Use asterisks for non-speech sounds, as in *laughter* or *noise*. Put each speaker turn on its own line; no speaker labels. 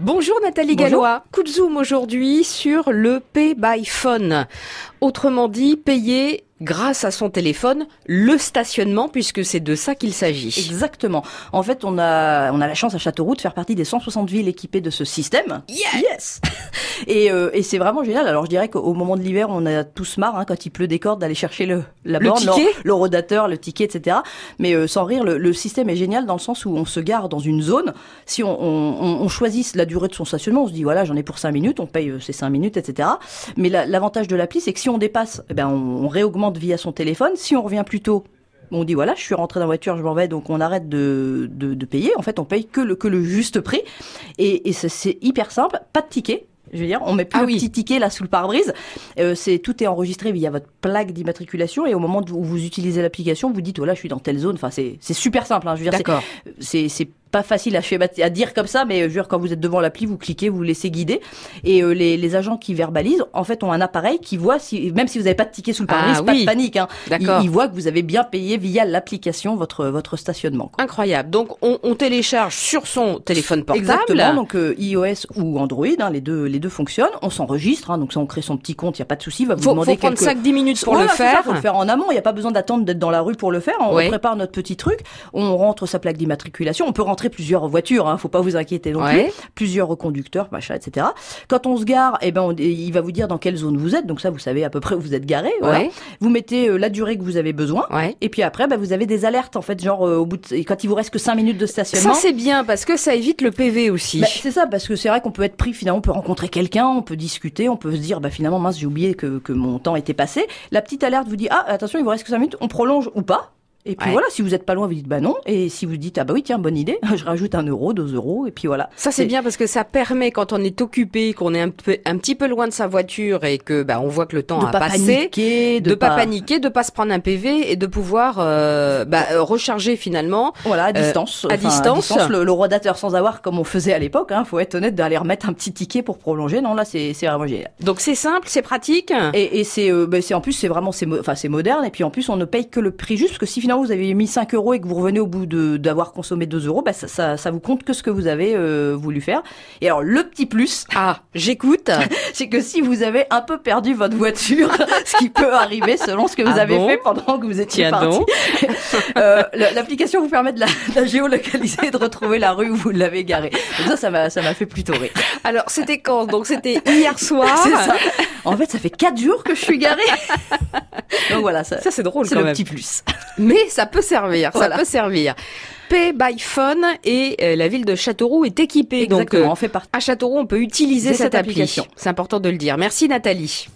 Bonjour Nathalie
Bonjour.
Gallois. Coup de zoom aujourd'hui sur le pay by phone. Autrement dit, payer grâce à son téléphone le stationnement puisque c'est de ça qu'il s'agit.
Exactement. En fait, on a, on a la chance à Châteauroux de faire partie des 160 villes équipées de ce système. Yes Et, euh, et c'est vraiment génial. Alors, je dirais qu'au moment de l'hiver, on a tous marre, hein, quand il pleut des cordes, d'aller chercher le, la
Le
borne,
ticket
le rodateur, le ticket, etc. Mais euh, sans rire, le, le système est génial dans le sens où on se gare dans une zone. Si on, on, on- on choisit la durée de son stationnement, on se dit, voilà, j'en ai pour 5 minutes, on paye euh, ces 5 minutes, etc. Mais la- l'avantage de l'appli, c'est que si on dépasse, eh ben, on, on réaugmente via son téléphone. Si on revient plus tôt, on dit voilà, je suis rentré dans la voiture, je m'en vais, donc on arrête de, de, de payer. En fait, on paye que le, que le juste prix. Et, et ça, c'est hyper simple, pas de ticket. Je veux dire, on met plus
Ah
le
oui.
petit ticket là sous le pare-brise. Euh, c'est tout est enregistré via votre plaque d'immatriculation et au moment où vous utilisez l'application, vous dites voilà, je suis dans telle zone. Enfin, c'est c'est super simple. hein. Je veux dire, c'est-
D'accord.
c'est c'est pas facile à, schémati- à dire comme ça, mais euh, je veux dire, quand vous êtes devant l'appli, vous cliquez, vous vous laissez guider. Et euh, les, les agents qui verbalisent, en fait, ont un appareil qui voit, si, même si vous n'avez pas de ticket sous le
Ah
pare-brise, pas
oui.
de panique. Hein.
D'accord.
Ils, ils voient que vous avez bien payé via l'application votre, votre stationnement. quoi.
Incroyable. Donc on, on télécharge sur son téléphone portable.
Exactement, donc euh, iOS ou Android, hein, les, deux, les deux fonctionnent. On s'enregistre, hein, donc ça on crée son petit compte, il n'y a pas de souci. va vous
Faut, faut
demander
prendre
quelques...
5-10 minutes pour
Voilà,
le
c'est ça,
faire.
faut le faire en amont. Il n'y a pas besoin d'attendre d'être dans la rue pour le faire. On
Ouais.
prépare notre petit truc. On rentre sa plaque d'immatriculation. On peut rentrer plusieurs voitures. Hein, faut pas vous inquiéter non
Ouais.
plus. Plusieurs conducteurs, machin, etc. Quand on se gare, eh ben, on- il va vous dire dans quelle zone vous êtes. Donc ça, vous savez à peu près où vous êtes garé. voilà.
Ouais.
Vous mettez euh, la durée que vous avez besoin.
Ouais.
Et puis après, ben, vous avez des alertes en fait, genre euh, au bout de... et quand il vous reste que 5 minutes de
Ça
stationnement.
c'est bien parce que ça évite le PV aussi.
Bah, c'est ça, parce que c'est vrai qu'on peut être pris, finalement, on peut rencontrer quelqu'un, on peut discuter, on peut se dire, bah, finalement, mince, j'ai oublié que, que mon temps était passé. La petite alerte vous dit, ah, attention, il vous reste que 5 minutes, on prolonge ou pas. Et puis
Ouais.
voilà, si vous êtes pas loin, vous dites, bah non. Et si vous dites, ah bah oui, tiens, bonne idée, *laughs* je rajoute un euro, deux euros, et puis voilà.
Ça c'est
C'est-
bien parce que ça permet quand on est occupé, qu'on est un, peu, un petit peu loin de sa voiture et que bah on voit que le temps
de
a
pas
passé,
paniquer,
de, pas, paniquer, de pas se prendre un PV et de pouvoir euh, bah, euh, recharger finalement.
Voilà, à
Euh,
distance.
à
Enfin,
distance.
le, le rodateur sans avoir, comme on faisait à l'époque, hein, faut être honnête, d'aller remettre un petit ticket pour prolonger. Non, là, c'est c'est vraiment génial.
Donc c'est simple, c'est pratique.
Et, et c'est, euh, ben, c'est en plus, c'est vraiment, c'est, mo- enfin, c'est moderne. Et puis en plus, on ne paye que le prix juste parce que si finalement vous avez mis 5 euros et que vous revenez au bout de d'avoir consommé 2 euros, ben, ça, ça, ça vous compte que ce que vous avez euh, voulu faire. Et alors le petit plus,
Ah, *laughs* j'écoute.
c'est que si vous avez un peu perdu votre voiture, *laughs* ce qui peut arriver selon ce que vous
Ah
avez
bon
fait pendant que vous étiez
Tiens
parti,
donc.
*laughs* euh, le- l'application vous permet de la, de la géolocaliser et de retrouver la rue où vous l'avez garée. Donc ça, ça m'a, ça m'a fait plutôt rire.
Alors c'était quand Donc c'était hier soir.
C'est ça. En fait, ça fait 4 jours que je
*laughs*
suis garée. Donc voilà, ça,
Ça, c'est drôle
c'est
quand
le
même.
petit plus.
Mais ça peut servir,
Voilà.
ça peut servir. Pay by phone et euh, la ville de Châteauroux est équipée. Donc
Exactement,
euh,
on fait partie.
à Châteauroux, on peut utiliser
C'est
cette,
cette
application.
application.
C'est important de le dire. Merci Nathalie.